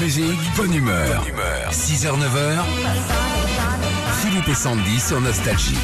musique, bonne humeur. 6h, 9h. Philippe et Sandy sur Nostalgie.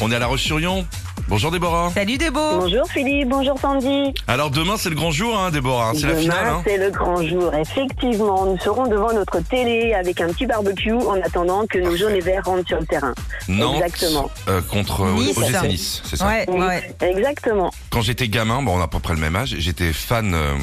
On est à La Roche-sur-Yon. Bonjour Déborah. Salut Débo Bonjour Philippe, bonjour Sandy. Alors demain c'est le grand jour, hein, Déborah. C'est la Demain, finale. hein. c'est le grand jour. Effectivement, nous serons devant notre télé avec un petit barbecue en attendant que nos jaunes et verts rentrent sur le terrain. Nantes Exactement. euh, contre euh, Nice. OGC Nice, c'est ça. Ouais, Oui, ouais. Exactement. Quand j'étais gamin, bon, on a à peu près le même âge, j'étais fan euh,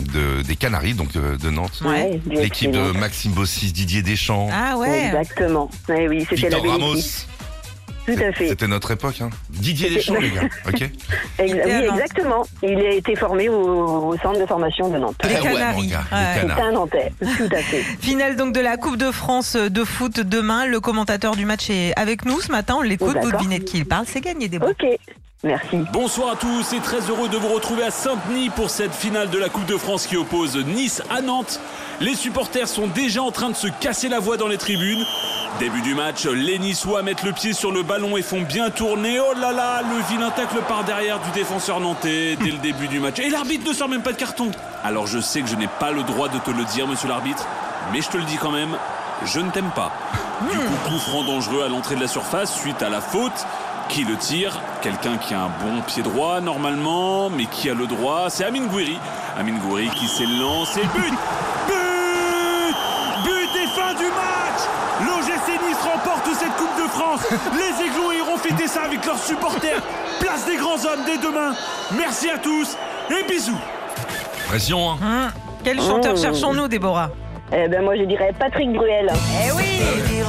de, des Canaries, donc euh, de, de Nantes. Ouais. du L'équipe de FC Nantes. Maxime Bossis, Didier Deschamps, Ah ouais Exactement. Ouais, oui, c'était la Victor belle Ramos. équipe. Tout à fait. C'était notre époque. Hein. Didier Deschamps, les gars. Ok. Exa- oui, Évidemment. exactement. Il a été formé au, au centre de formation de Nantes. Les Ah ouais, mon Canaries. gars, Ouais. les C'est Canaries. un Nantais. Tout à fait. Finale donc de la Coupe de France euh, de foot demain. Le commentateur du match est avec nous ce matin. On l'écoute. Oh, Vous d'accord. Oh. devinez de qui il parle. C'est gagné Débo. Ok. Merci. Bonsoir à tous et très heureux de vous retrouver à Saint-Denis pour cette finale de la Coupe de France qui oppose Nice à Nantes. Les supporters sont déjà en train de se casser la voix dans les tribunes. Début du match, les Niçois mettent le pied sur le ballon et font bien tourner. Oh là là, le vilain tacle par derrière du défenseur nantais dès le début du match. Et l'arbitre ne sort même pas de carton. Alors je sais que je n'ai pas le droit de te le dire, monsieur l'arbitre, mais je te le dis quand même, je ne t'aime pas. Du coup, coup franc dangereux à l'entrée de la surface suite à la faute. Qui le tire Quelqu'un qui a un bon pied droit normalement, mais qui a le droit C'est Amine Gouiri. Amine Gouiri qui s'élance et but But But et fin du match L'OGC Nice remporte cette Coupe de France Les Aiglons iront fêter ça avec leurs supporters Place des grands hommes dès demain Merci à tous et bisous Pression, hein. Hum. Quel chanteur Oh. cherchons-nous Déborah Eh ben moi je dirais Patrick Bruel. Eh Euh, oui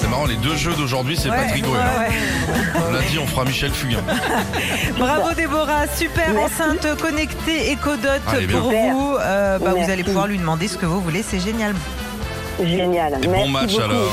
C'est marrant, les deux jeux d'aujourd'hui, c'est Ouais, Patrick Bruel. hein. ouais, Lundi, on fera Michel Fugain. ouais. Bravo Déborah, super Merci. enceinte connectée Ecodote Allez, bien. pour Super. vous. Euh, bah, vous Merci. allez pouvoir lui demander ce que vous voulez, c'est génial. Génial. Et Merci bon match beaucoup. alors.